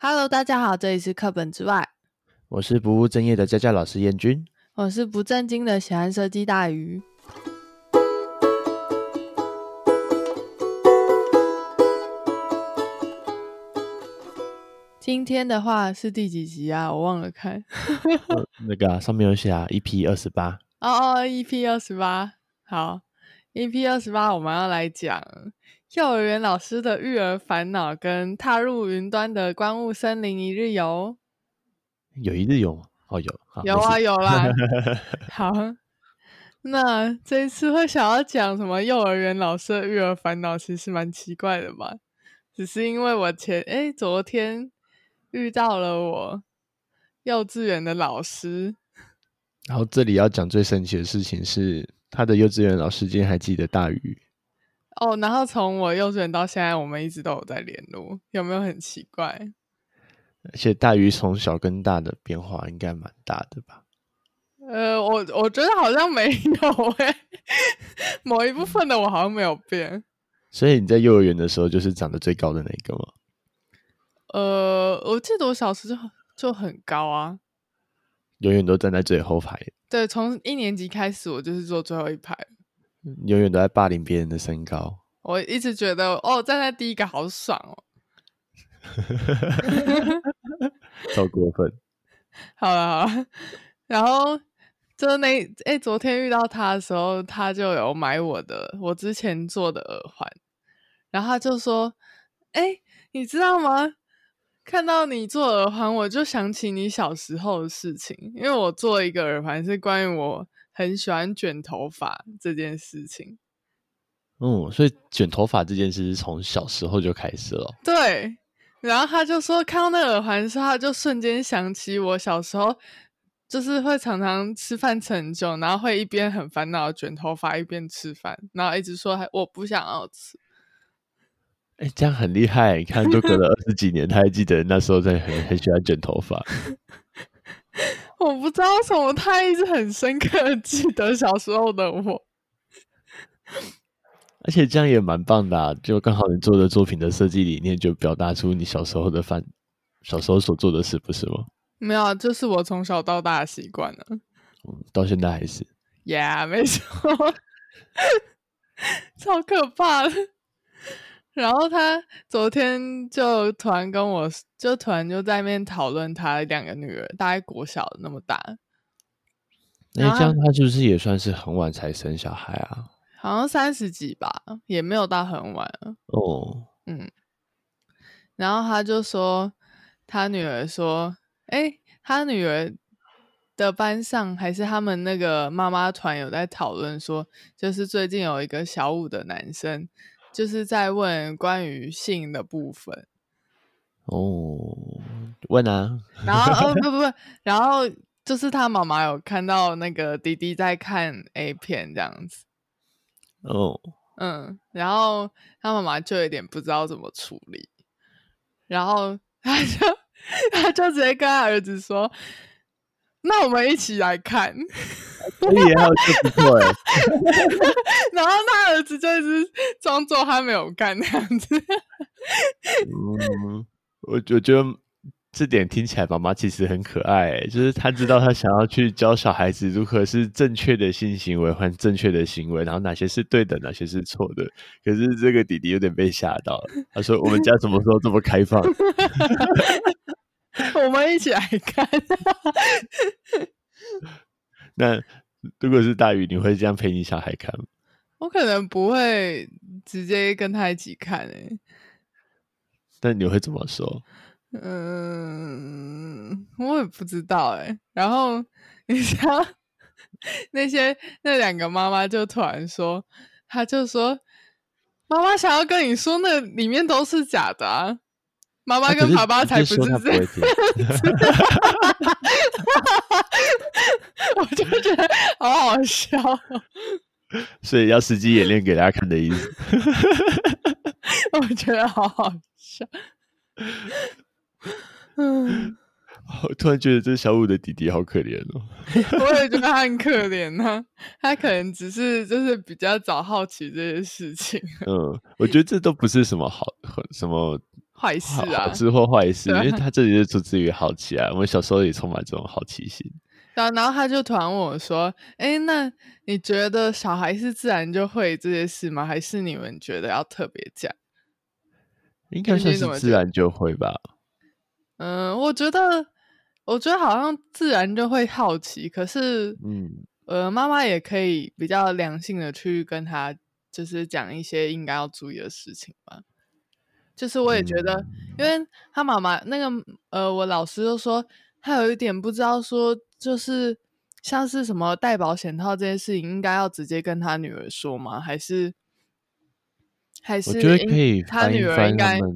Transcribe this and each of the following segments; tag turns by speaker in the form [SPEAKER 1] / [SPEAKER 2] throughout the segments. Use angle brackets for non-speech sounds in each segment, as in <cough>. [SPEAKER 1] Hello，大家好，这里是课本之外，
[SPEAKER 2] 我是不务正业的家教老师燕君。
[SPEAKER 1] 我是不正经的喜欢设计大鱼。今天的话是第几集啊？我忘了看。 <laughs>
[SPEAKER 2] 那个啊、上面有写啊，EP 二十八，
[SPEAKER 1] 哦哦，EP 二十八，好，EP 二十八我们要来讲幼儿园老师的育儿烦恼跟踏入云端的观雾森林一日游。
[SPEAKER 2] 有一日有吗？哦，有，好
[SPEAKER 1] 有啊，
[SPEAKER 2] 没事
[SPEAKER 1] 有啦。
[SPEAKER 2] <laughs>
[SPEAKER 1] 好，那这一次会想要讲什么幼儿园老师的育儿烦恼，其实蛮奇怪的吧？只是因为我前诶、昨天遇到了我幼稚园的老师，
[SPEAKER 2] 然后这里要讲最神奇的事情是，他的幼稚园老师竟然还记得大鱼，
[SPEAKER 1] 哦，然后从我幼稚园到现在，我们一直都有在联络，有没有很奇怪？
[SPEAKER 2] 而且大鱼从小跟大的变化应该蛮大的吧？
[SPEAKER 1] 呃，我我觉得好像没有诶、 <laughs> 某一部分的我好像没有变。
[SPEAKER 2] 所以你在幼儿园的时候就是长得最高的那一个吗？
[SPEAKER 1] 呃，我记得我小时候就就很高啊，
[SPEAKER 2] 永远都站在最后排，
[SPEAKER 1] 对，从一年级开始，我就是坐最后一排。
[SPEAKER 2] 永远都在霸凌别人的身高。
[SPEAKER 1] 我一直觉得，哦，站在第一个好爽哦。
[SPEAKER 2] 超过
[SPEAKER 1] <laughs>
[SPEAKER 2] 分，
[SPEAKER 1] 好了好了，然后就那哎、昨天遇到他的时候，他就有买我的我之前做的耳环，然后他就说：“哎、你知道吗？看到你做耳环，我就想起你小时候的事情，因为我做一个耳环是关于我很喜欢卷头发这件事情。”
[SPEAKER 2] 嗯，所以卷头发这件事是从小时候就开始了。
[SPEAKER 1] 对，然后他就说看到那耳环的时候，他就瞬间想起我小时候，就是会常常吃饭吃很久，然后会一边很烦恼地卷头发，一边吃饭，然后一直说还我不想要吃。
[SPEAKER 2] 哎，这样很厉害！你看，都隔了二十几年，他还记得那时候在很很喜欢卷头发。
[SPEAKER 1] 我不知道为什么，他一直很深刻的记得小时候的我。
[SPEAKER 2] 而且这样也蛮棒的、啊，就刚好你做的作品的设计理念就表达出你小时候的烦，小时候所做的事，不是吗？
[SPEAKER 1] 没有啊，这是我从小到大的习惯啊了。
[SPEAKER 2] 嗯，到现在还是。
[SPEAKER 1] Yeah，没错， <laughs> 超可怕的。然后他昨天就突然跟我，就突然就在那边讨论他两个女儿，大概国小那么大，
[SPEAKER 2] 那、
[SPEAKER 1] 然后
[SPEAKER 2] 这样他是不是也算是很晚才生小孩啊？
[SPEAKER 1] 好像三十几吧，也没有到很晚啊。
[SPEAKER 2] 哦，
[SPEAKER 1] 然后他就说，他女儿说，诶，他女儿的班上还是他们那个妈妈团有在讨论说，就是最近有一个小五的男生，就是在问关于性的部分。
[SPEAKER 2] 哦，问啊，
[SPEAKER 1] 然后呃不不不，然后就是他妈妈有看到那个弟弟在看 A 片这样子， <laughs>
[SPEAKER 2] 哦，
[SPEAKER 1] 嗯，然后他妈妈就有点不知道怎么处理，然后他就他就直接跟他儿子说：“那我们一起来看。
[SPEAKER 2] 可以啊，就不错哎。”
[SPEAKER 1] 然后他儿子就是装作他没有看那样子，
[SPEAKER 2] 嗯，我我觉得这点听起来，妈妈其实很可爱欸，就是她知道她想要去教小孩子如何是正确的性行为和正确的行为，然后哪些是对的，哪些是错的。可是这个弟弟有点被吓到了，他说：“我们家什么时候这么开放？” <laughs>
[SPEAKER 1] 我们一起来看。 <laughs>
[SPEAKER 2] 那如果是大宇，你会这样陪你小孩看吗？
[SPEAKER 1] 我可能不会直接跟他一起看欸诶、
[SPEAKER 2] 那你会怎么说？
[SPEAKER 1] 嗯，我也不知道哎、然后 <laughs> 你知道那些那两个妈妈就突然说，她就说，妈妈想要跟你说，那里面都是假的啊。妈妈
[SPEAKER 2] 啊可
[SPEAKER 1] 跟
[SPEAKER 2] 是
[SPEAKER 1] 爸爸
[SPEAKER 2] 你
[SPEAKER 1] 才不
[SPEAKER 2] 就是说他
[SPEAKER 1] 这
[SPEAKER 2] 不会
[SPEAKER 1] 样，
[SPEAKER 2] 听
[SPEAKER 1] 我就觉得好好笑哦，
[SPEAKER 2] 所以要实际演练给大家看的意思。 <laughs>
[SPEAKER 1] 我觉得好好笑。嗯，
[SPEAKER 2] 我突然觉得这小五的弟弟好可怜哦。
[SPEAKER 1] 我也觉得他很可怜呐、他可能只是就是比较早好奇这些事情。
[SPEAKER 2] <laughs> 嗯，我觉得这都不是什么好很什么
[SPEAKER 1] 坏事
[SPEAKER 2] 好
[SPEAKER 1] 啊。
[SPEAKER 2] 事或坏事，
[SPEAKER 1] 对啊
[SPEAKER 2] 因为他这里是出自于好奇啊。我小时候也充满这种好奇心。
[SPEAKER 1] 然后，然后他就突然问我说：“哎，那你觉得小孩是自然就会这些事吗？还是你们觉得要特别讲？”
[SPEAKER 2] 应该算
[SPEAKER 1] 你怎么
[SPEAKER 2] 是自
[SPEAKER 1] 觉得
[SPEAKER 2] 然就会吧，
[SPEAKER 1] 嗯，我觉得，我觉得好像自然就会好奇，可是，
[SPEAKER 2] 嗯，
[SPEAKER 1] 呃，妈妈也可以比较良性的去跟他，就是讲一些应该要注意的事情吧。就是我也觉
[SPEAKER 2] 嗯
[SPEAKER 1] 得，因为他妈妈那个，呃，我老师就说他有一点不知道说，就是像是什么戴保险套这件事情，应该要直接跟他女儿说吗？还是还是
[SPEAKER 2] 我觉得
[SPEAKER 1] 应
[SPEAKER 2] 可以
[SPEAKER 1] 他
[SPEAKER 2] 翻一
[SPEAKER 1] 女儿
[SPEAKER 2] 翻
[SPEAKER 1] 应
[SPEAKER 2] 他
[SPEAKER 1] 该
[SPEAKER 2] 们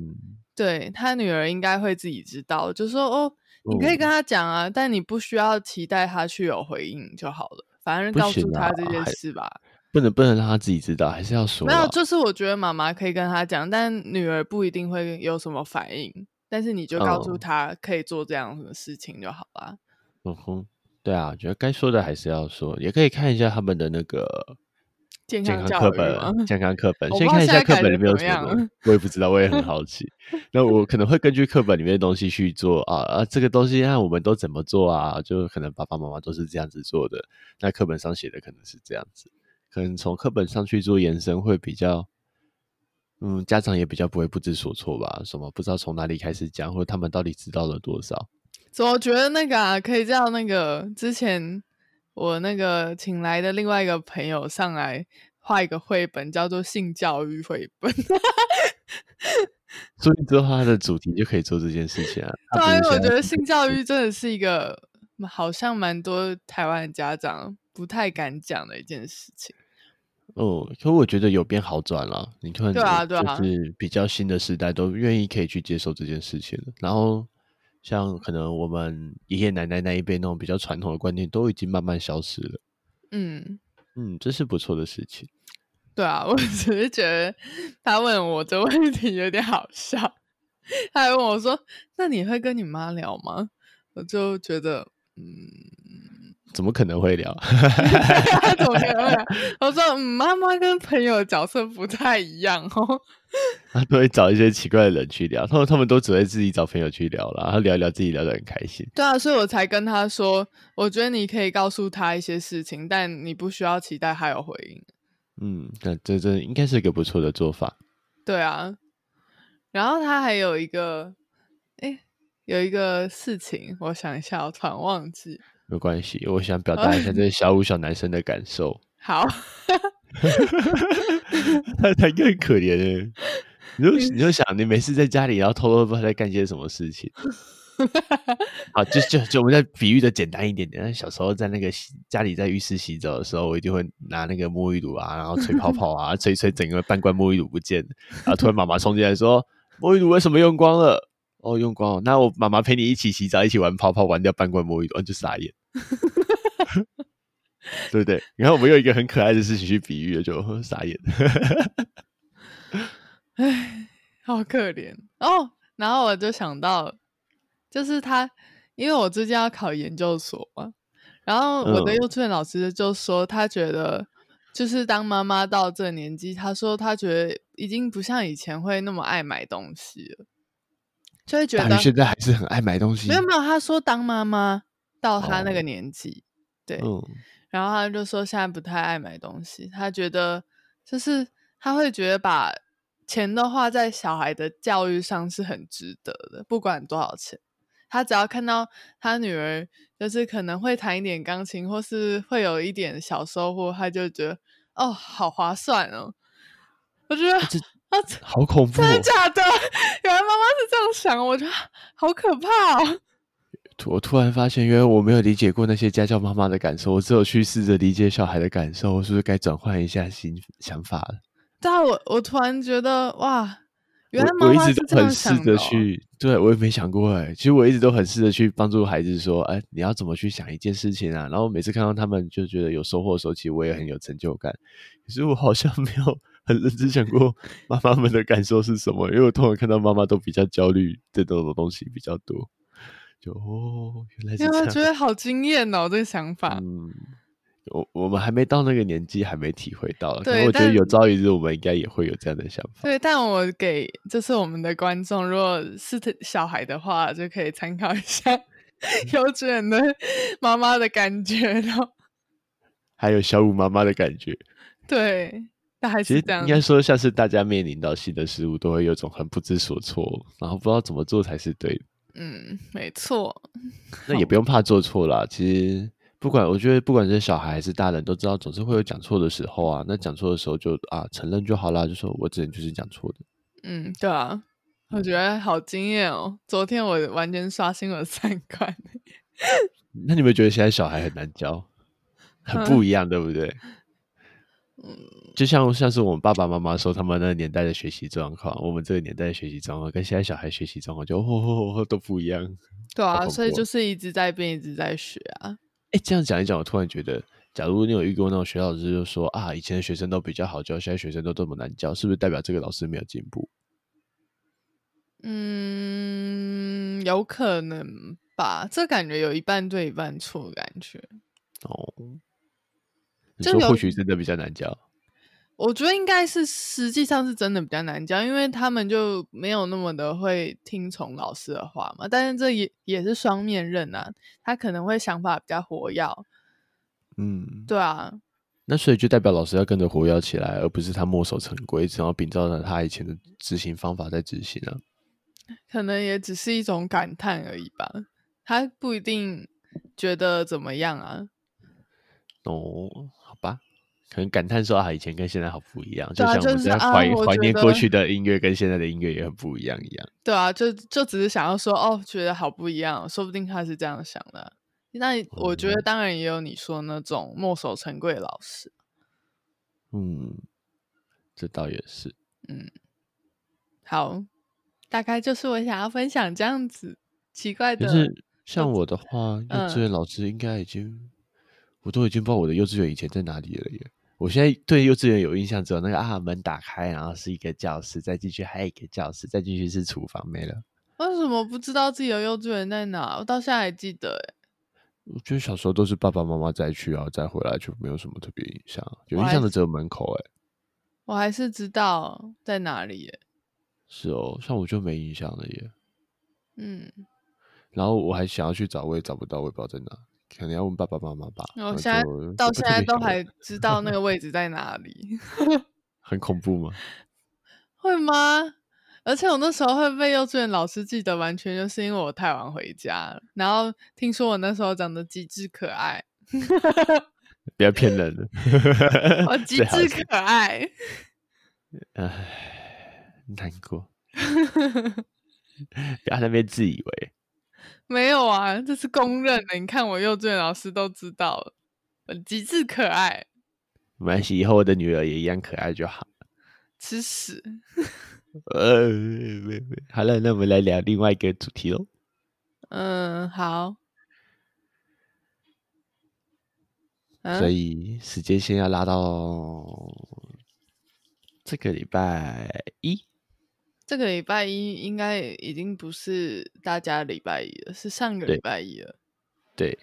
[SPEAKER 1] 对他女儿应该会自己知道，就说哦，你可以跟他讲啊，但你不需要期待他去有回应就好了，反正
[SPEAKER 2] 不
[SPEAKER 1] 告
[SPEAKER 2] 行
[SPEAKER 1] 诉他这
[SPEAKER 2] 啊
[SPEAKER 1] 件
[SPEAKER 2] 还
[SPEAKER 1] 事吧。
[SPEAKER 2] 不能不能让他自己知道，还是要说啊
[SPEAKER 1] 没有，
[SPEAKER 2] 啦。
[SPEAKER 1] 就是我觉得妈妈可以跟他讲，但女儿不一定会有什么反应，但是你就告诉
[SPEAKER 2] 嗯
[SPEAKER 1] 他可以做这样的事情就好啦。
[SPEAKER 2] 嗯哼，对啊，我觉得该说的还是要说，也可以看一下他们的那个
[SPEAKER 1] 健
[SPEAKER 2] 健
[SPEAKER 1] 康
[SPEAKER 2] 康
[SPEAKER 1] 教
[SPEAKER 2] 课
[SPEAKER 1] 育吗 <laughs>
[SPEAKER 2] 本，健康课本
[SPEAKER 1] 我，不知
[SPEAKER 2] 先
[SPEAKER 1] 道
[SPEAKER 2] 看一
[SPEAKER 1] 现
[SPEAKER 2] 下
[SPEAKER 1] 在
[SPEAKER 2] 课
[SPEAKER 1] 改
[SPEAKER 2] 本
[SPEAKER 1] 得
[SPEAKER 2] 里面有
[SPEAKER 1] 怎
[SPEAKER 2] 什
[SPEAKER 1] 么
[SPEAKER 2] 么
[SPEAKER 1] 样
[SPEAKER 2] 东西，我也不知道，我也很好奇。那我可能会根据课本里面的东西去做啊啊，这个东西啊，我们都怎么做啊？就可能爸爸妈妈都是这样子做的，那课本上写的可能是这样子，可能从课本上去做延伸会比较。嗯，家长也比较不会不知所措吧？什么不知道从哪里开始讲，或者他们到底知道了多少？
[SPEAKER 1] 怎么觉得那个啊，可以叫那个之前我那个请来的另外一个朋友上来画一个绘本，叫做性教育绘本。
[SPEAKER 2] 所以之后它的主题就可以做这件事情啊。它
[SPEAKER 1] 对啊，因
[SPEAKER 2] 不
[SPEAKER 1] 为我
[SPEAKER 2] 是现在
[SPEAKER 1] 觉得性教育真的是一个嗯好像蛮多台湾的家长不太敢讲的一件事情。
[SPEAKER 2] 哦，可我觉得有变好转了。你看，
[SPEAKER 1] 对啊对啊
[SPEAKER 2] 就是比较新的时代都愿意可以去接受这件事情了。然后，像可能我们爷爷奶奶那一辈那种比较传统的观念，都已经慢慢消失了。
[SPEAKER 1] 嗯，
[SPEAKER 2] 嗯，这是不错的事情。
[SPEAKER 1] 对啊， <laughs> 我只是觉得他问我这问题有点好笑，他还问我说：“那你会跟你妈聊吗？”我就觉得，嗯， <laughs>
[SPEAKER 2] 怎么可能会聊？ <laughs>
[SPEAKER 1] 他怎么可能会聊？我说，嗯，妈妈跟朋友的角色不太一样哦。
[SPEAKER 2] 他都会找一些奇怪的人去聊，他们他们都只会自己找朋友去聊啦，然后聊一聊自己聊得很开心。
[SPEAKER 1] 对啊，所以我才跟他说，我觉得你可以告诉他一些事情，但你不需要期待他有回应。
[SPEAKER 2] 嗯，那这这应该是一个不错的做法。
[SPEAKER 1] 对啊，然后他还有一个，哎，有一个事情，我想一下，我突然忘记。
[SPEAKER 2] 没关系，我想表达一下
[SPEAKER 1] <laughs>
[SPEAKER 2] 这些小五小男生的感受。
[SPEAKER 1] 好， <laughs>
[SPEAKER 2] 他他更可怜欸你就你就想，你每次在家里，然后偷偷不知道在干些什么事情。好，就就就我们再比喻的简单一点点。那小时候在那个洗家里在浴室洗澡的时候，我一定会拿那个沐浴乳啊，然后吹泡泡啊，吹一吹整个半罐沐浴乳不见了。然后突然妈妈冲进来说：“沐浴乳为什么用光了？”哦，用光了。那我妈妈陪你一起洗澡，一起玩泡泡，玩掉半罐沐浴乳，哦就傻眼。 <laughs> 对不对？然后我们用一个很可爱的事情去比喻了，就 <laughs> 呵傻眼。
[SPEAKER 1] 好可怜哦。然后我就想到，就是他，因为我最近要考研究所嘛，然后我的
[SPEAKER 2] 嗯
[SPEAKER 1] 幼稚园老师就说，他觉得就是当妈妈到这个年纪，他说他觉得已经不像以前会那么爱买东西了，就会觉
[SPEAKER 2] 大
[SPEAKER 1] 得
[SPEAKER 2] 鱼现在还是很爱买东西。
[SPEAKER 1] 没有没有，他说当妈妈到他那个
[SPEAKER 2] 哦
[SPEAKER 1] 年纪，对，
[SPEAKER 2] 嗯，
[SPEAKER 1] 然后他就说现在不太爱买东西，他觉得就是他会觉得把钱都花在小孩的教育上是很值得的，不管多少钱。他只要看到他女儿就是可能会弹一点钢琴，或是会有一点小收获，他就觉得哦，好划算哦。我觉得
[SPEAKER 2] 这
[SPEAKER 1] 啊，
[SPEAKER 2] 好恐怖、
[SPEAKER 1] 真
[SPEAKER 2] 哦
[SPEAKER 1] 的！假的？原来妈妈是这样想，我觉得好可怕哦。
[SPEAKER 2] 突我突然发现，原来我没有理解过那些家教妈妈的感受，我只有去试着理解小孩的感受，我是不是该转换一下心想法了？
[SPEAKER 1] 但我我突然觉得哇，原来妈
[SPEAKER 2] 我我一
[SPEAKER 1] 妈
[SPEAKER 2] 直
[SPEAKER 1] 是
[SPEAKER 2] 都
[SPEAKER 1] 这样
[SPEAKER 2] 很试
[SPEAKER 1] 想的、
[SPEAKER 2] 着
[SPEAKER 1] 哦。
[SPEAKER 2] 去，对我也没想过哎、其实我一直都很试着去帮助孩子说，哎、你要怎么去想一件事情啊？然后每次看到他们就觉得有收获的时候，其实我也很有成就感。可是我好像没有很认真
[SPEAKER 1] <laughs>
[SPEAKER 2] 想过妈妈们的感受是什么，因为我通常看到妈妈都比较焦虑这种东西比较多。就哦，原来是
[SPEAKER 1] 因为
[SPEAKER 2] 这
[SPEAKER 1] <laughs> 我
[SPEAKER 2] 样。
[SPEAKER 1] 觉得好惊艳哦，这个想法。
[SPEAKER 2] 嗯，我我们还没到那个年纪，还没体会到。可
[SPEAKER 1] 对
[SPEAKER 2] 能我觉得
[SPEAKER 1] 但
[SPEAKER 2] 有朝一日，我们应该也会有这样的想法。
[SPEAKER 1] 对，但我给就是我们的观众，如果是他小孩的话，就可以参考一下
[SPEAKER 2] 嗯
[SPEAKER 1] <laughs> 幼稚园的妈妈的感觉咯。
[SPEAKER 2] 还有小五妈妈的感觉，
[SPEAKER 1] 对，但还
[SPEAKER 2] 其
[SPEAKER 1] 是
[SPEAKER 2] 实
[SPEAKER 1] 这样
[SPEAKER 2] 应。该说，像是大家面临到新的事物，都会有种很不知所措，然后不知道怎么做才是对的。
[SPEAKER 1] 嗯，没错。
[SPEAKER 2] 那也不用怕做错啦，其实不管，我觉得不管是小孩还是大人，都知道总是会有讲错的时候啊。那讲错的时候就啊承认就好啦，就说我之前就是讲错的。
[SPEAKER 1] 嗯，对啊，我觉得好惊艳哦！昨天我完全刷新我的三观。
[SPEAKER 2] 那你们觉得现在小孩很难教，很
[SPEAKER 1] 嗯
[SPEAKER 2] 不一样，对不对？就像像是我们爸爸妈妈说他们那个年代的学习状况，我们这个年代的学习状况跟现在小孩学习状况就哦哦哦 <laughs> 哦都不一样。
[SPEAKER 1] 对
[SPEAKER 2] 好
[SPEAKER 1] 啊，
[SPEAKER 2] 恐
[SPEAKER 1] 所以
[SPEAKER 2] 怖哦
[SPEAKER 1] 就是一直在变，一直在学啊。
[SPEAKER 2] 哎，这样讲一讲，我突然觉得，假如你有遇过那种学老师就说啊，以前的学生都比较好教，现在学生都这么难教，是不是代表这个老师没有进步？
[SPEAKER 1] 嗯，有可能吧。这感觉有一半对一半错的感觉。
[SPEAKER 2] 哦，你
[SPEAKER 1] 就
[SPEAKER 2] 说
[SPEAKER 1] 有
[SPEAKER 2] 或许真的比较难教，
[SPEAKER 1] 我觉得应该是实际上是真的比较难教，因为他们就没有那么的会听从老师的话嘛。但是这也也是双面刃啊，他可能会想法比较活跃，
[SPEAKER 2] 嗯，
[SPEAKER 1] 对啊，
[SPEAKER 2] 那所以就代表老师要跟着活跃起来，而不是他墨守成规，只要秉照着他以前的执行方法在执行啊。
[SPEAKER 1] 可能也只是一种感叹而已吧。他不一定觉得怎么样啊，
[SPEAKER 2] 哦，好吧，可能感叹说啊，以前跟现在好不一样，
[SPEAKER 1] 对啊
[SPEAKER 2] 像我
[SPEAKER 1] 就
[SPEAKER 2] 们
[SPEAKER 1] 是
[SPEAKER 2] 在
[SPEAKER 1] 啊
[SPEAKER 2] 怀、
[SPEAKER 1] 我
[SPEAKER 2] 怀
[SPEAKER 1] 觉
[SPEAKER 2] 念过
[SPEAKER 1] 得
[SPEAKER 2] 去的音乐跟现在的音乐也很不一样一样。
[SPEAKER 1] 对啊，就就只是想要说哦，觉得好不一样哦，说不定他是这样想的啊。那我觉得当然也有你说那种墨守成规的老师，
[SPEAKER 2] 嗯，这倒也是。
[SPEAKER 1] 好，大概就是我想要分享这样子奇怪的
[SPEAKER 2] 可，是像我的话，幼稚
[SPEAKER 1] 嗯
[SPEAKER 2] 园老师应该已经，我都已经不知道我的幼稚园以前在哪里了耶。我现在对幼稚园有印象，只有那个啊门打开，然后是一个教室，再进去还有一个教室，再进去是厨房，没了。
[SPEAKER 1] 为什么不知道自己的幼稚园在哪？我到现在还记得欸，
[SPEAKER 2] 我觉得小时候都是爸爸妈妈再去，然后再回来，就没有什么特别印象。有
[SPEAKER 1] 我
[SPEAKER 2] 印
[SPEAKER 1] 还
[SPEAKER 2] 象的
[SPEAKER 1] 是
[SPEAKER 2] 只有门口，哎，
[SPEAKER 1] 我还是知道在哪里耶。
[SPEAKER 2] 是哦，像我就没印象了耶。
[SPEAKER 1] 嗯，
[SPEAKER 2] 然后我还想要去找，我也找不到，我也不知道在哪，可能要问爸爸妈妈吧。
[SPEAKER 1] 然后
[SPEAKER 2] 那
[SPEAKER 1] 现在
[SPEAKER 2] 哦就也
[SPEAKER 1] 到
[SPEAKER 2] 不
[SPEAKER 1] 现
[SPEAKER 2] 特
[SPEAKER 1] 在
[SPEAKER 2] 别
[SPEAKER 1] 都
[SPEAKER 2] 想问
[SPEAKER 1] 还知道那个位置在哪里， <laughs>
[SPEAKER 2] 很恐怖吗？ <laughs>
[SPEAKER 1] 会吗？而且我那时候会被幼稚园老师记得，完全就是因为我太晚回家了。然后听说我那时候长得极致可爱，
[SPEAKER 2] 不要骗人 <laughs> 了，
[SPEAKER 1] 我极
[SPEAKER 2] <laughs> 最好
[SPEAKER 1] 致
[SPEAKER 2] 是
[SPEAKER 1] 可爱。 <laughs>
[SPEAKER 2] 唉，难过。不要在那边自以为，
[SPEAKER 1] 没有啊，这是公认的。你看我幼稚园老师都知道了，我极致可爱，
[SPEAKER 2] 没关系，以后我的女儿也一样可爱就好。
[SPEAKER 1] 吃屎。
[SPEAKER 2] 呃，没没，好了，那我们来聊另外一个主题喽。
[SPEAKER 1] 嗯，好。
[SPEAKER 2] 所
[SPEAKER 1] 嗯，
[SPEAKER 2] 以时间线要拉到这个礼拜一，
[SPEAKER 1] 这个礼拜一应该已经不是大家礼拜一了，是上个
[SPEAKER 2] 对
[SPEAKER 1] 礼拜一了。
[SPEAKER 2] 对。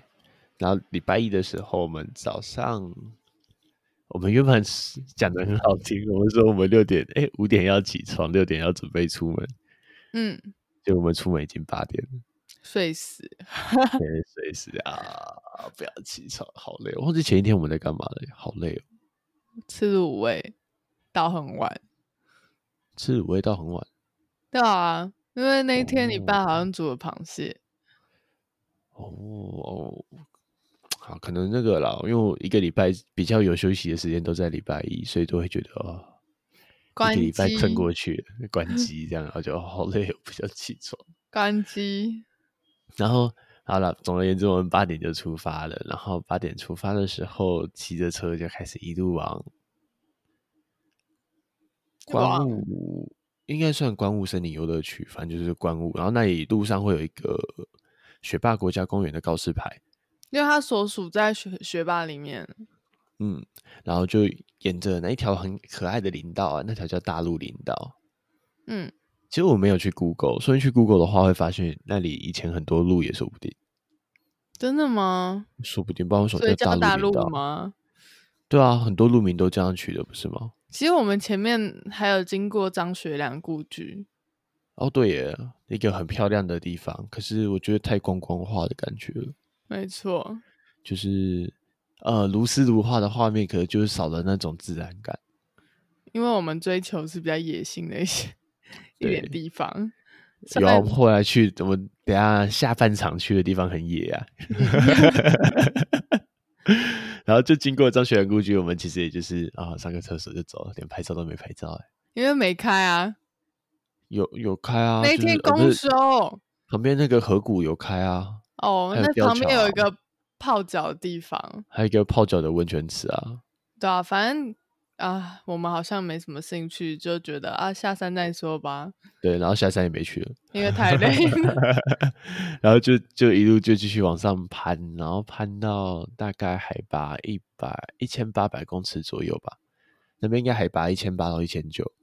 [SPEAKER 2] 然后礼拜一的时候，我们早上，我们原本是讲的很好听，我们说我们六点，哎，五点要起床，六点要准备出门，
[SPEAKER 1] 嗯，
[SPEAKER 2] 结果我们出门已经八点了。
[SPEAKER 1] 睡死。
[SPEAKER 2] 对，随时啊，不要起床，好累哦。我忘记前一天我们在干嘛了，好累哦。
[SPEAKER 1] 吃卤味到很晚。
[SPEAKER 2] 吃卤味到很晚
[SPEAKER 1] 对啊，因为那一天你
[SPEAKER 2] 哦
[SPEAKER 1] 爸好像煮了螃蟹。
[SPEAKER 2] 哦哦，好，可能那个啦，因为我一个礼拜比较有休息的时间都在礼拜一，所以都会觉得哦，
[SPEAKER 1] 关
[SPEAKER 2] 一个礼拜撑
[SPEAKER 1] 机
[SPEAKER 2] 过去了，关机这样，然后就哦好累哦，不想起床。
[SPEAKER 1] 干鸡。
[SPEAKER 2] 然后好了，总而言之，我们八点就出发了。然后八点出发的时候，骑着车就开始一路往关
[SPEAKER 1] 往
[SPEAKER 2] 雾，应该算关雾森林游乐区，反正就是关雾。然后那里路上会有一个雪霸国家公园的告示牌，
[SPEAKER 1] 因为它所属在学学霸里面，
[SPEAKER 2] 嗯，然后就沿着那一条很可爱的林道啊，那条叫大陆林道。
[SPEAKER 1] 嗯，
[SPEAKER 2] 其实我没有去 Google，所以去 Google 的话会发现那里以前很多路也说不定。
[SPEAKER 1] 真的吗？
[SPEAKER 2] 说不定，不然为什么
[SPEAKER 1] 所以
[SPEAKER 2] 叫
[SPEAKER 1] 叫
[SPEAKER 2] 大
[SPEAKER 1] 大
[SPEAKER 2] 陆
[SPEAKER 1] 陆
[SPEAKER 2] 频道？
[SPEAKER 1] 吗？
[SPEAKER 2] 对啊，很多路名都这样取的，不是吗？
[SPEAKER 1] 其实我们前面还有经过张学良故居，
[SPEAKER 2] 哦，对耶，一个很漂亮的地方，可是我觉得太观光化的感觉了，
[SPEAKER 1] 没错，
[SPEAKER 2] 就是呃，如诗如画的画面，可能就是少了那种自然感。
[SPEAKER 1] 因为我们追求是比较野性的一些一点
[SPEAKER 2] 对
[SPEAKER 1] 地方。
[SPEAKER 2] 有啊，
[SPEAKER 1] 上 <laughs>
[SPEAKER 2] 我们
[SPEAKER 1] 面
[SPEAKER 2] 后来去，我们等一下下半场去的地方很野啊。 <laughs> 然后就经过张学良故居，我们其实也就是啊，上个厕所就走了，连拍照都没拍照、欸。
[SPEAKER 1] 因为没开啊，
[SPEAKER 2] 有有开啊，
[SPEAKER 1] 那
[SPEAKER 2] 就是
[SPEAKER 1] 天
[SPEAKER 2] 呃不
[SPEAKER 1] 公哦
[SPEAKER 2] 是
[SPEAKER 1] 休
[SPEAKER 2] 旁边那个河谷有开啊，
[SPEAKER 1] 哦，
[SPEAKER 2] 还有
[SPEAKER 1] 那
[SPEAKER 2] 吊
[SPEAKER 1] 旁边有一
[SPEAKER 2] 桥啊
[SPEAKER 1] 个泡脚的地方，
[SPEAKER 2] 还有一个泡脚的温泉池啊。
[SPEAKER 1] 对啊，反正啊，我们好像没什么兴趣，就觉得啊，下山再说吧，
[SPEAKER 2] 对，然后下山也没去了，
[SPEAKER 1] 因为太
[SPEAKER 2] <laughs>
[SPEAKER 1] 累了。 <laughs>
[SPEAKER 2] 然后就就一路就继续往上攀，然后攀到大概海拔一百一千八百公尺左右吧，那边应该海拔一千八到一千九。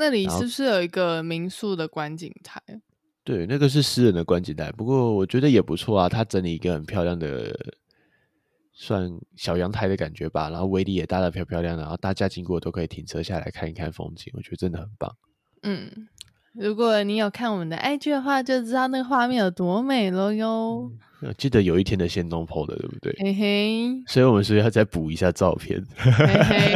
[SPEAKER 1] 那里
[SPEAKER 2] 然后
[SPEAKER 1] 是不是有一个民宿的观景台？
[SPEAKER 2] 对，那个是私人的观景台，不过我觉得也不错啊。它整理一个很漂亮的，算小阳台的感觉吧，然后围篱也搭的漂漂亮亮，然后大家经过都可以停车下来看一看风景，我觉得真的很棒。
[SPEAKER 1] 嗯，如果你有看我们的 IG 的话，就知道那个画面有多美了哟。
[SPEAKER 2] 呃记得有一天的仙东 PO 的，对不对？
[SPEAKER 1] 嘿嘿
[SPEAKER 2] 所以我们是不是要再补一下照片， <laughs>
[SPEAKER 1] 嘿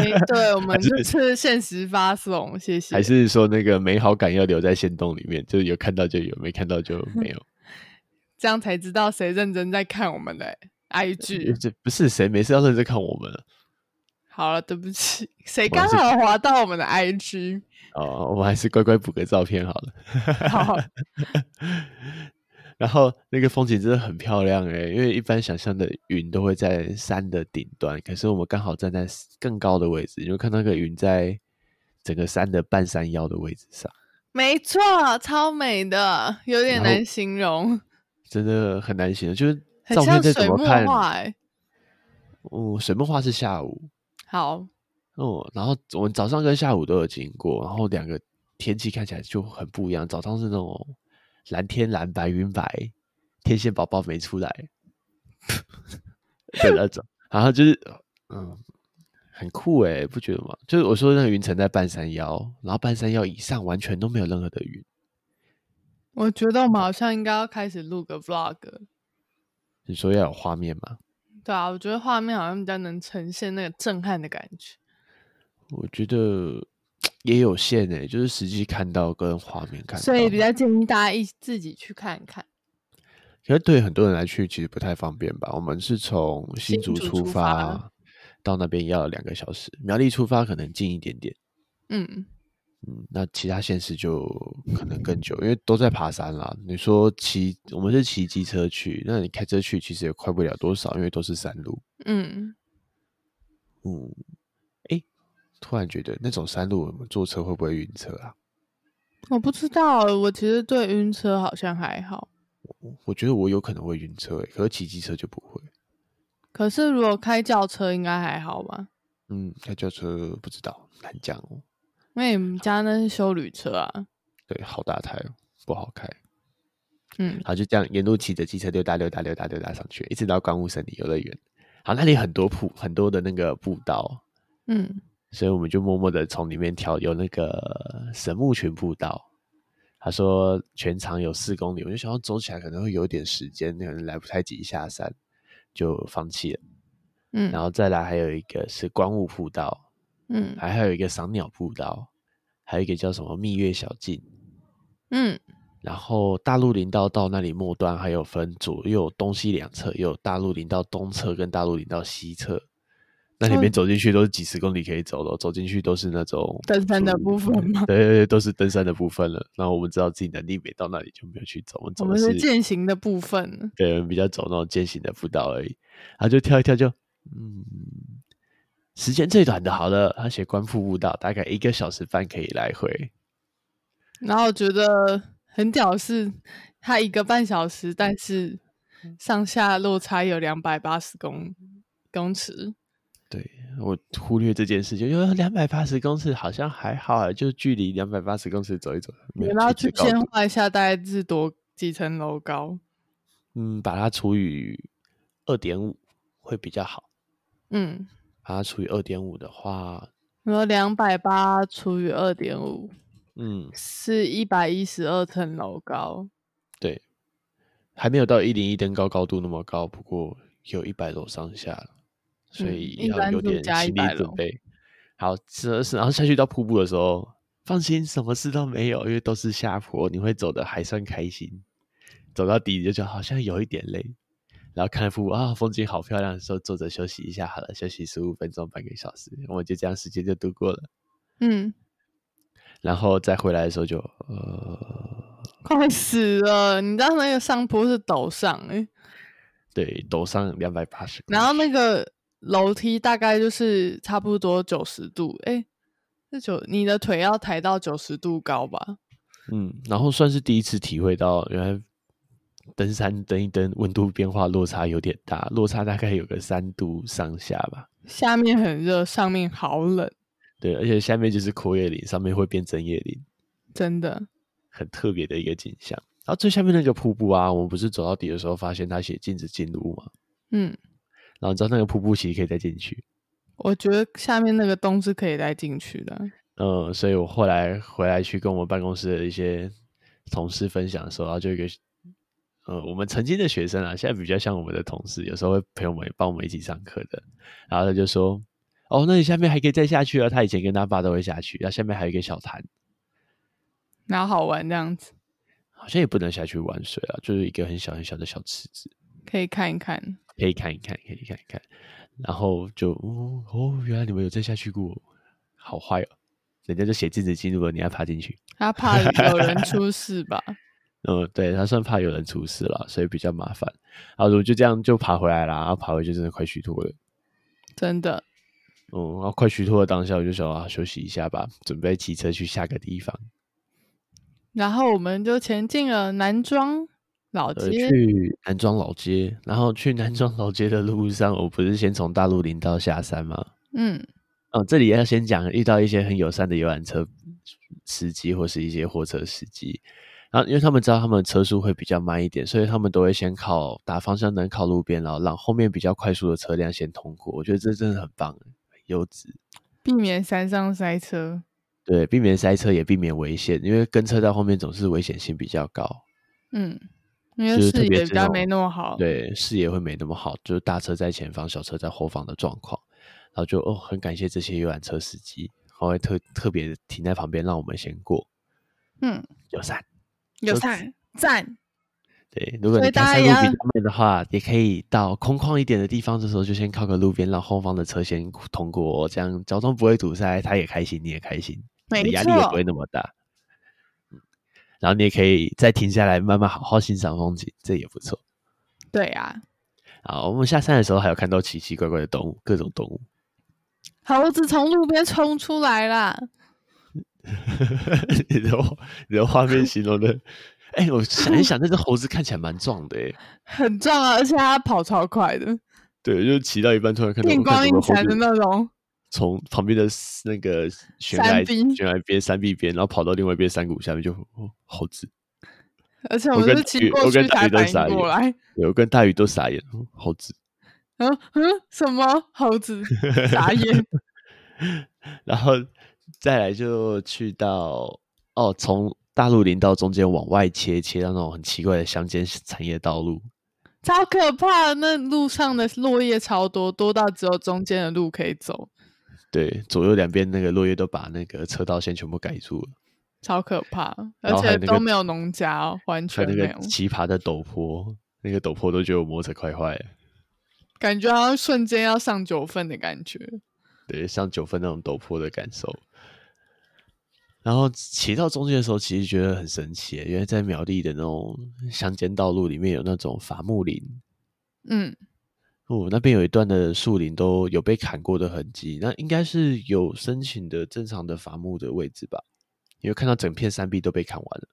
[SPEAKER 1] 嘿，对，我们
[SPEAKER 2] 是
[SPEAKER 1] 这次限时发送，谢谢。
[SPEAKER 2] 还是说那个美好感要留在仙洞里面，就是有看到就有，没看到就
[SPEAKER 1] <laughs>
[SPEAKER 2] 没有？
[SPEAKER 1] 这样才知道谁认真在看我们的 IG。
[SPEAKER 2] 这不是谁没事要认真看我们啊
[SPEAKER 1] 好了，对不起，谁
[SPEAKER 2] 我们
[SPEAKER 1] 刚
[SPEAKER 2] 是
[SPEAKER 1] 好滑到我们的 IG？
[SPEAKER 2] 哦，我们还是乖乖补个照片好了。 <laughs>
[SPEAKER 1] 好，
[SPEAKER 2] 然后那个风景真的很漂亮诶、因为一般想象的云都会在山的顶端，可是我们刚好站在更高的位置，你就看到那个云在整个山的半山腰的位置上，
[SPEAKER 1] 没错，超美的，有点
[SPEAKER 2] 然后
[SPEAKER 1] 难形容，
[SPEAKER 2] 真的很难形容。就是
[SPEAKER 1] 很
[SPEAKER 2] 照片
[SPEAKER 1] 像
[SPEAKER 2] 再怎
[SPEAKER 1] 水
[SPEAKER 2] 么
[SPEAKER 1] 墨
[SPEAKER 2] 看，
[SPEAKER 1] 画、欸。
[SPEAKER 2] 哦，水墨画是下午
[SPEAKER 1] 好，
[SPEAKER 2] 哦，然后我们早上跟下午都有经过，然后两个天气看起来就很不一样，早上是那种蓝天蓝白云白，天线宝宝没出来的那种，然后就是嗯，很酷诶、不觉得吗？就是我说那个云层在半山腰，然后半山腰以上完全都没有任何的云，
[SPEAKER 1] 我觉得我们好像应该要开始录个 vlog，了
[SPEAKER 2] 你说要有画面吗？
[SPEAKER 1] 对啊，我觉得画面好像比较能呈现那个震撼的感觉。
[SPEAKER 2] 我觉得也有限诶、就是实际看到跟画面看到，
[SPEAKER 1] 所以比较建议大家一自己去看看。
[SPEAKER 2] 可是对很多人来去其实不太方便吧？我们是从
[SPEAKER 1] 新
[SPEAKER 2] 新竹
[SPEAKER 1] 竹
[SPEAKER 2] 出
[SPEAKER 1] 出
[SPEAKER 2] 发，
[SPEAKER 1] 发
[SPEAKER 2] 到那边要两个小时；苗栗出发可能近一点点，
[SPEAKER 1] 嗯，
[SPEAKER 2] 嗯，那其他县市就可能更久，因为都在爬山啦。你说骑，我们是骑机车去，那你开车去其实也快不了多少，因为都是山路。
[SPEAKER 1] 嗯，
[SPEAKER 2] 嗯，诶，突然觉得那种山路我们坐车会不会晕车啊？
[SPEAKER 1] 我不知道，我其实对晕车好像还好，
[SPEAKER 2] 我觉得我有可能会晕车、诶，可是骑机车就不会。
[SPEAKER 1] 可是如果开轿车应该还好吧？
[SPEAKER 2] 嗯，开轿车不知道，难讲哦。
[SPEAKER 1] 因为你们家那是修旅车啊。
[SPEAKER 2] 对，好大台哦，不好开。
[SPEAKER 1] 嗯，
[SPEAKER 2] 好，就这样沿路骑着机车溜达溜达溜达溜达上去，一直到关雾森林游乐园。好，那里很多步很多的那个步道，
[SPEAKER 1] 嗯，
[SPEAKER 2] 所以我们就默默的从里面挑，有那个神木群步道。他说全长有四公里，我就想要走起来可能会有点时间，可能来不太及下山，就放弃了。
[SPEAKER 1] 嗯，
[SPEAKER 2] 然后再来还有一个是观雾步道，
[SPEAKER 1] 嗯
[SPEAKER 2] 还还有一个赏鸟步道，还有一个叫什么蜜月小径。
[SPEAKER 1] 嗯
[SPEAKER 2] 然后大陆林道到那里末端还有分左右东西两侧，也有大陆林道东侧跟大陆林道西侧。那里面
[SPEAKER 1] 哦
[SPEAKER 2] 走进去都是几十公里可以走的，走进去都是那种
[SPEAKER 1] 登山的
[SPEAKER 2] 属于
[SPEAKER 1] 部分吗
[SPEAKER 2] 对对对，都是登山的部分了。然后我们知道自己能力没到那里，就没有去走，我
[SPEAKER 1] 我
[SPEAKER 2] 们走的
[SPEAKER 1] 们是
[SPEAKER 2] 是
[SPEAKER 1] 践行的部分。
[SPEAKER 2] 对，我们比较走那种艰险的步道而已。然后就跳一跳就，嗯，时间最短的好了，他写官复步道，大概一个小时半可以来回。
[SPEAKER 1] 然后觉得很屌是，它一个半小时，但是上下落差有两百八十公公尺。
[SPEAKER 2] 对我忽略这件事情，因为两百八十公尺好像还好啊，就距离两百八十公尺走一走，没
[SPEAKER 1] 你
[SPEAKER 2] 有
[SPEAKER 1] 们要
[SPEAKER 2] 去
[SPEAKER 1] 去
[SPEAKER 2] 最高
[SPEAKER 1] 先
[SPEAKER 2] 度
[SPEAKER 1] 画一下，大概是多几层楼高？
[SPEAKER 2] 嗯，把它除以二点五会比较好。
[SPEAKER 1] 嗯，
[SPEAKER 2] 把它除以二点五的话，
[SPEAKER 1] 然后两百八除以二点五
[SPEAKER 2] 嗯，
[SPEAKER 1] 是一百一十二层楼高。
[SPEAKER 2] 对，还没有到一零一登高高度那么高，不过有一百楼上下了，所
[SPEAKER 1] 嗯
[SPEAKER 2] 以
[SPEAKER 1] 一
[SPEAKER 2] 要
[SPEAKER 1] 般
[SPEAKER 2] 有
[SPEAKER 1] 住
[SPEAKER 2] 点
[SPEAKER 1] 加
[SPEAKER 2] 心
[SPEAKER 1] 100
[SPEAKER 2] 理准
[SPEAKER 1] 楼
[SPEAKER 2] 备。好，这是然后下去到瀑布的时候，放心，什么事都没有，因为都是下坡，你会走的还算开心。走到底你就觉得好像有一点累，然后看瀑布啊，风景好漂亮，说坐着休息一下好了，休息十五分钟半个小时，我们就这样时间就度过了。
[SPEAKER 1] 嗯，
[SPEAKER 2] 然后再回来的时候就呃，
[SPEAKER 1] 快死了！你知道那个上坡是陡上哎、
[SPEAKER 2] 对，陡上两百八十。
[SPEAKER 1] 然后那个楼梯大概就是差不多九十度，哎、这九你的腿要抬到九十度高吧？
[SPEAKER 2] 嗯，然后算是第一次体会到，原来登山登一登，温度变化落差有点大，落差大概有个三度上下吧。
[SPEAKER 1] 下面很热，上面好冷，
[SPEAKER 2] 对，而且下面就是阔叶林，上面会变针叶林，
[SPEAKER 1] 真的。
[SPEAKER 2] 很特别的一个景象。然后最下面那个瀑布啊，我们不是走到底的时候发现它写禁止进入嘛，
[SPEAKER 1] 嗯，
[SPEAKER 2] 然后你知道那个瀑布其实可以再进去，
[SPEAKER 1] 我觉得下面那个洞是可以再进去的。
[SPEAKER 2] 嗯，所以我后来回来去跟我们办公室的一些同事分享的时候，然后就有一个，呃，我们曾经的学生啊，现在比较像我们的同事，有时候会陪我们帮我们一起上课的。然后他就说：“哦，那你下面还可以再下去啊！”他以前跟他爸都会下去，然后下面还有一个小潭，
[SPEAKER 1] 然后好玩这样子，
[SPEAKER 2] 好像也不能下去玩水啊，就是一个很小很小的小池子，
[SPEAKER 1] 可以看一看。
[SPEAKER 2] 可以看一看，可以看一看。然后就哦哦，原来你们有再下去过，好坏哦！人家就写禁止进入了，你还爬进去。
[SPEAKER 1] 他怕有人出事吧？
[SPEAKER 2] 嗯，对，他算怕有人出事了，所以比较麻烦。然后我就这样就爬回来啦，然后爬回去真的快虚脱了。
[SPEAKER 1] 真的，
[SPEAKER 2] 嗯，然后快虚脱的当下，我就想啊，休息一下吧，准备骑车去下个地方。
[SPEAKER 1] 然后我们就前进了南庄老
[SPEAKER 2] 呃，
[SPEAKER 1] 街，
[SPEAKER 2] 去南庄老街，然后去南庄老街的路上，我不是先从大陆林道下山吗？
[SPEAKER 1] 嗯，
[SPEAKER 2] 哦，这里要先讲，遇到一些很友善的游览车司机或是一些货车司机，然后因为他们知道他们的车速会比较慢一点，所以他们都会先靠打方向灯靠路边，然后让后面比较快速的车辆先通过。我觉得这真的很棒，很优质。
[SPEAKER 1] 避免山上塞车。
[SPEAKER 2] 对，避免塞车也避免危险，因为跟车到后面总是危险性比较高，
[SPEAKER 1] 嗯，因为
[SPEAKER 2] 就是特
[SPEAKER 1] 视
[SPEAKER 2] 别
[SPEAKER 1] 野比
[SPEAKER 2] 这
[SPEAKER 1] 较
[SPEAKER 2] 种
[SPEAKER 1] 没那么好。，
[SPEAKER 2] 对视野会没那么好，就是大车在前方，小车在后方的状况。然后就哦，很感谢这些游览车司机，然后会特特别停在旁边让我们先过。
[SPEAKER 1] 嗯，
[SPEAKER 2] 友善。
[SPEAKER 1] 有
[SPEAKER 2] 就
[SPEAKER 1] 赞赞，
[SPEAKER 2] 对，如果
[SPEAKER 1] 所以
[SPEAKER 2] 你
[SPEAKER 1] 大
[SPEAKER 2] 开山
[SPEAKER 1] 家也
[SPEAKER 2] 路比
[SPEAKER 1] 要
[SPEAKER 2] 较慢的话，也可以到空旷一点的地方，这时候就先靠个路边，让后方的车先通过，这样交通不会堵塞，他也开心，你也开心，
[SPEAKER 1] 没
[SPEAKER 2] 你的压力也
[SPEAKER 1] 错
[SPEAKER 2] 不会那么大。嗯然后你也可以再停下来，慢慢好好欣赏风景，这也不错。
[SPEAKER 1] 对啊，
[SPEAKER 2] 啊，我们下山的时候还有看到奇奇怪怪的动物，各种动物。 <laughs>
[SPEAKER 1] 猴子从路边冲出来啦，
[SPEAKER 2] 你的你的画面形容的，哎、我想一想，那只猴子看起来蛮壮的、哎，
[SPEAKER 1] 很壮啊，而且它跑超快的，
[SPEAKER 2] 对，就骑到一半突然看
[SPEAKER 1] <laughs>
[SPEAKER 2] 到
[SPEAKER 1] 电
[SPEAKER 2] 我看
[SPEAKER 1] 光
[SPEAKER 2] 怎
[SPEAKER 1] 一
[SPEAKER 2] 么猴
[SPEAKER 1] 闪的
[SPEAKER 2] 子
[SPEAKER 1] 那种。
[SPEAKER 2] 从旁边的 s- 那个悬
[SPEAKER 1] 山
[SPEAKER 2] 崖
[SPEAKER 1] 壁
[SPEAKER 2] 悬崖边山壁边，然后跑到另外一边山谷下面就，哦猴子。
[SPEAKER 1] 而且
[SPEAKER 2] 我
[SPEAKER 1] 我
[SPEAKER 2] 跟
[SPEAKER 1] 是
[SPEAKER 2] 大
[SPEAKER 1] 骑
[SPEAKER 2] 鱼
[SPEAKER 1] 过
[SPEAKER 2] 我跟
[SPEAKER 1] 去
[SPEAKER 2] 大
[SPEAKER 1] 才
[SPEAKER 2] 鱼都
[SPEAKER 1] 反
[SPEAKER 2] 傻
[SPEAKER 1] 应过
[SPEAKER 2] 眼
[SPEAKER 1] 来，
[SPEAKER 2] 对我跟大鱼都傻眼，哦猴子。
[SPEAKER 1] 嗯嗯，什么猴
[SPEAKER 2] <laughs>
[SPEAKER 1] 子傻眼？
[SPEAKER 2] 然后再来就去到哦，从大陆林道中间往外切，切到那种很奇怪的乡间产业道路。
[SPEAKER 1] 超可怕的！那路上的落叶超多，多到只有中间的路可以走，
[SPEAKER 2] 对，左右两边那个落叶都把那个车道线全部盖住了，
[SPEAKER 1] 超可怕，而
[SPEAKER 2] 然后还
[SPEAKER 1] 且
[SPEAKER 2] 有那个
[SPEAKER 1] 都没有农家哦，完
[SPEAKER 2] 还
[SPEAKER 1] 全
[SPEAKER 2] 有那
[SPEAKER 1] 没
[SPEAKER 2] 个
[SPEAKER 1] 有，
[SPEAKER 2] 奇葩的陡坡，那个陡坡都觉得我摩托车快坏了。
[SPEAKER 1] 感觉好像瞬间要上九份的感觉。
[SPEAKER 2] 对，像九份那种陡坡的感受。然后骑到中间的时候，其实觉得很神奇耶，因为在苗栗的那种乡间道路里面有那种伐木林，
[SPEAKER 1] 嗯，
[SPEAKER 2] 哦，那边有一段的树林都有被砍过的痕迹，那应该是有申请的正常的伐木的位置吧？因为看到整片山壁都被砍完了，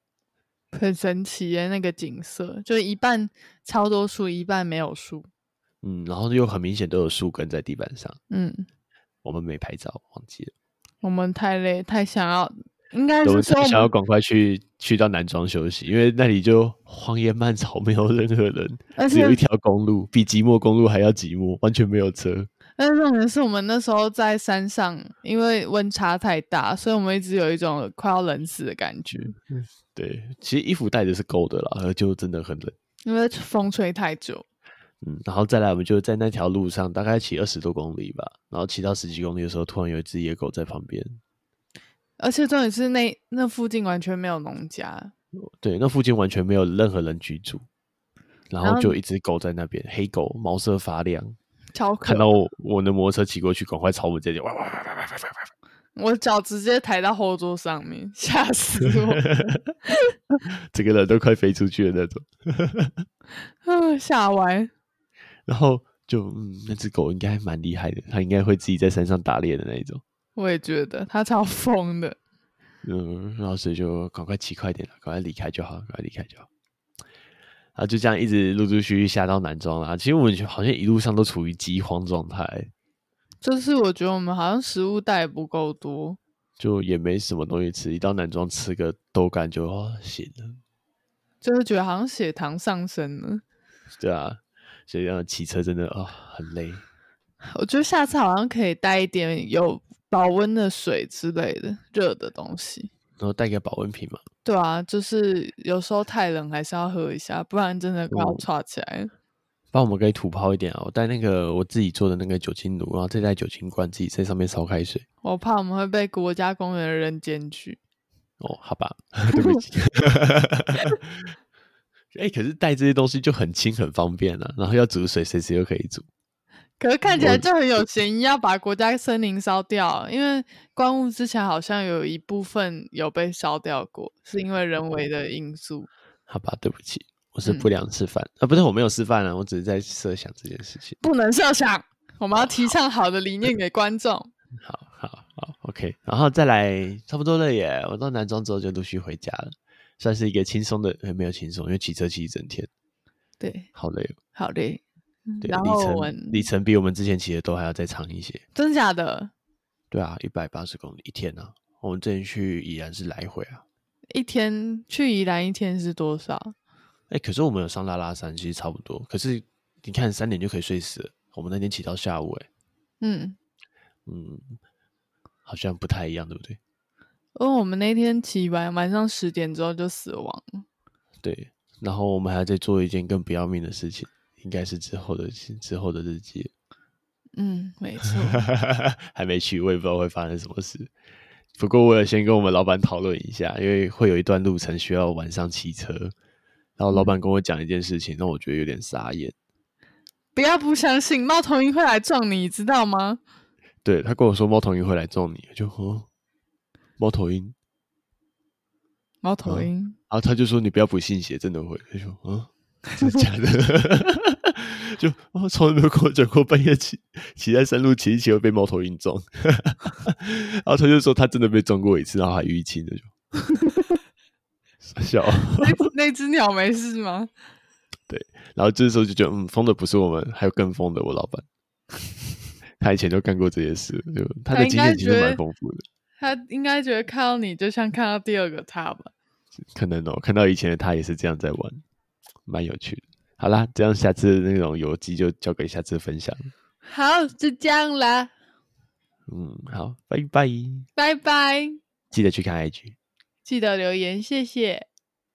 [SPEAKER 1] 很神奇耶，那个景色，就一半超多树，一半没有树。
[SPEAKER 2] 嗯，然后又很明显都有树根在地板上，
[SPEAKER 1] 嗯，
[SPEAKER 2] 我们没拍照，忘记了。
[SPEAKER 1] 我们太累，太想要应该
[SPEAKER 2] 我
[SPEAKER 1] 是
[SPEAKER 2] 们
[SPEAKER 1] 说
[SPEAKER 2] 想
[SPEAKER 1] 我
[SPEAKER 2] 要
[SPEAKER 1] 们
[SPEAKER 2] 赶快去去到南庄休息，因为那里就荒野漫草，没有任何人，
[SPEAKER 1] <laughs> 而
[SPEAKER 2] 只有
[SPEAKER 1] 且
[SPEAKER 2] 一条公路，比即墨公路还要寂寞，完全没有车。
[SPEAKER 1] 但是重点是我们那时候在山上，因为温差太大，所以我们一直有一种快要冷死的感觉，
[SPEAKER 2] 对，其实衣服带着是够的啦，呃就真的很冷。
[SPEAKER 1] 因为风吹太久。
[SPEAKER 2] 嗯，然后再来，我们就在那条路上大概骑二十多公里吧，然后骑到十几公里的时候，突然有一只野狗在旁边。
[SPEAKER 1] 而且重点是那那附近完全没有农家，
[SPEAKER 2] 对，那附近完全没有任何人居住，然
[SPEAKER 1] 然
[SPEAKER 2] 后
[SPEAKER 1] 后
[SPEAKER 2] 就有一只狗在那边，黑狗，毛色发亮，
[SPEAKER 1] 超可
[SPEAKER 2] 看到我我的摩托车骑过去，赶快朝我们这里哇哇哇哇哇哇哇哇！
[SPEAKER 1] 我脚直接抬到后座上面，吓死我！
[SPEAKER 2] 整个人都快飞出去的那种。 <laughs>
[SPEAKER 1] 嗯， <laughs> 吓歪。
[SPEAKER 2] 然后就嗯，那只狗应该蛮厉害的，它应该会自己在山上打猎的那一种。
[SPEAKER 1] 我也觉得他超疯的，
[SPEAKER 2] 嗯，然后所以就赶快骑快点了，赶快离开就好，赶快离开就好。然后就这样一直陆陆续续下到南庄啊啦。其实我们好像一路上都处于饥荒状态，
[SPEAKER 1] 就是我觉得我们好像食物带不够多，
[SPEAKER 2] 就也没什么东西吃。一到南庄吃个豆干就哦行了，
[SPEAKER 1] 就是觉得好像血糖上升了。
[SPEAKER 2] 对啊。所以要骑车真的啊、哦很累。
[SPEAKER 1] 我觉得下次好像可以带一点有保温的水之类的热的东西。
[SPEAKER 2] 然后带个保温瓶嘛，
[SPEAKER 1] 对啊，就是有时候太冷还是要喝一下，不然真的快要
[SPEAKER 2] 嗯
[SPEAKER 1] 岔起来了。
[SPEAKER 2] 帮我们可以土炮一点啊。我带那个我自己做的那个酒精炉，然后再带酒精罐，自己在上面烧开水。
[SPEAKER 1] 我怕我们会被国家公园的人检举。
[SPEAKER 2] 哦，好吧， <laughs> 对不起。哎、可是带这些东西就很轻很方便啊，然后要煮水，随时又可以煮。
[SPEAKER 1] 可是看起来
[SPEAKER 2] 我
[SPEAKER 1] 就很有嫌疑，要把国家森林烧掉，因为关雾之前好像有一部分有被烧掉过，是因为人为的因素。
[SPEAKER 2] 好吧，对不起，我是
[SPEAKER 1] 嗯
[SPEAKER 2] 不良示范、啊，不是我没有示范啊，我只是在设想这件事情。
[SPEAKER 1] 不能设想， <laughs> 我们要提倡好的理念给观众。
[SPEAKER 2] 好好好，OK，然后再来，差不多了耶。我到南庄之后就陆续回家了，算是一个轻松的，呃没有轻松，因为骑车骑一整天，
[SPEAKER 1] 对，
[SPEAKER 2] 好累、哦。
[SPEAKER 1] 好嘞。嗯
[SPEAKER 2] 对，
[SPEAKER 1] 然
[SPEAKER 2] 里
[SPEAKER 1] 后我
[SPEAKER 2] 程
[SPEAKER 1] 们
[SPEAKER 2] 里程比我们之前骑的都还要再长一些。
[SPEAKER 1] 真假的，
[SPEAKER 2] 对啊，一百八十公里一天啊。我们之前去宜兰是来回啊，
[SPEAKER 1] 一天去宜兰一天是多少？
[SPEAKER 2] 哎、可是我们有上拉拉山，其实差不多。可是你看三点就可以睡死了，我们那天骑到下午、欸，
[SPEAKER 1] 嗯，
[SPEAKER 2] 嗯，好像不太一样，对不对？
[SPEAKER 1] 因为哦我们那天骑完晚上十点之后就死亡了。
[SPEAKER 2] 对。然后我们还在做一件更不要命的事情，应该是之后的之后的日记，
[SPEAKER 1] 嗯，没 <laughs> 错。
[SPEAKER 2] <laughs> 还没去，我也不知道会发生什么事。不过我有先跟我们老板讨论一下，因为会有一段路程需要晚上骑车。然后老板跟我讲一件事情，让我觉得有点傻眼。
[SPEAKER 1] 不要不相信，猫头鹰会来撞你，知道吗？
[SPEAKER 2] 对他跟我说猫头鹰会来撞你，我就哦，猫头鹰，
[SPEAKER 1] 猫头
[SPEAKER 2] 嗯
[SPEAKER 1] 鹰。
[SPEAKER 2] 然后他就说你不要不信邪，真的会。他说啊，真的假的？ <laughs> 就我从来没有跟我讲过半夜骑骑在山路骑一骑会被猫头鹰撞。 <laughs> 然后他就说他真的被撞过一次，然后还淤青的就。 <laughs> 傻笑，
[SPEAKER 1] 那只 <laughs> 那只鸟没事吗？
[SPEAKER 2] 然后这时候就觉得，嗯，疯的不是我们，还有更疯的我老板， <laughs> 他以前就干过这些事，就他的
[SPEAKER 1] 应
[SPEAKER 2] 经
[SPEAKER 1] 该
[SPEAKER 2] 验其
[SPEAKER 1] 觉
[SPEAKER 2] 实
[SPEAKER 1] 得
[SPEAKER 2] 蛮丰富的。
[SPEAKER 1] 它应该觉得看到你就像看到第二个他吧。
[SPEAKER 2] 可能哦，看到以前的他也是这样在玩，蛮有趣的。好啦，这样下次的那种游记就交给下次分享。
[SPEAKER 1] 好，就这样啦，
[SPEAKER 2] 嗯，好，拜拜，
[SPEAKER 1] 拜拜，
[SPEAKER 2] 记得去看 IG，
[SPEAKER 1] 记得留言，谢谢，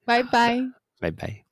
[SPEAKER 1] 拜拜。
[SPEAKER 2] 拜拜。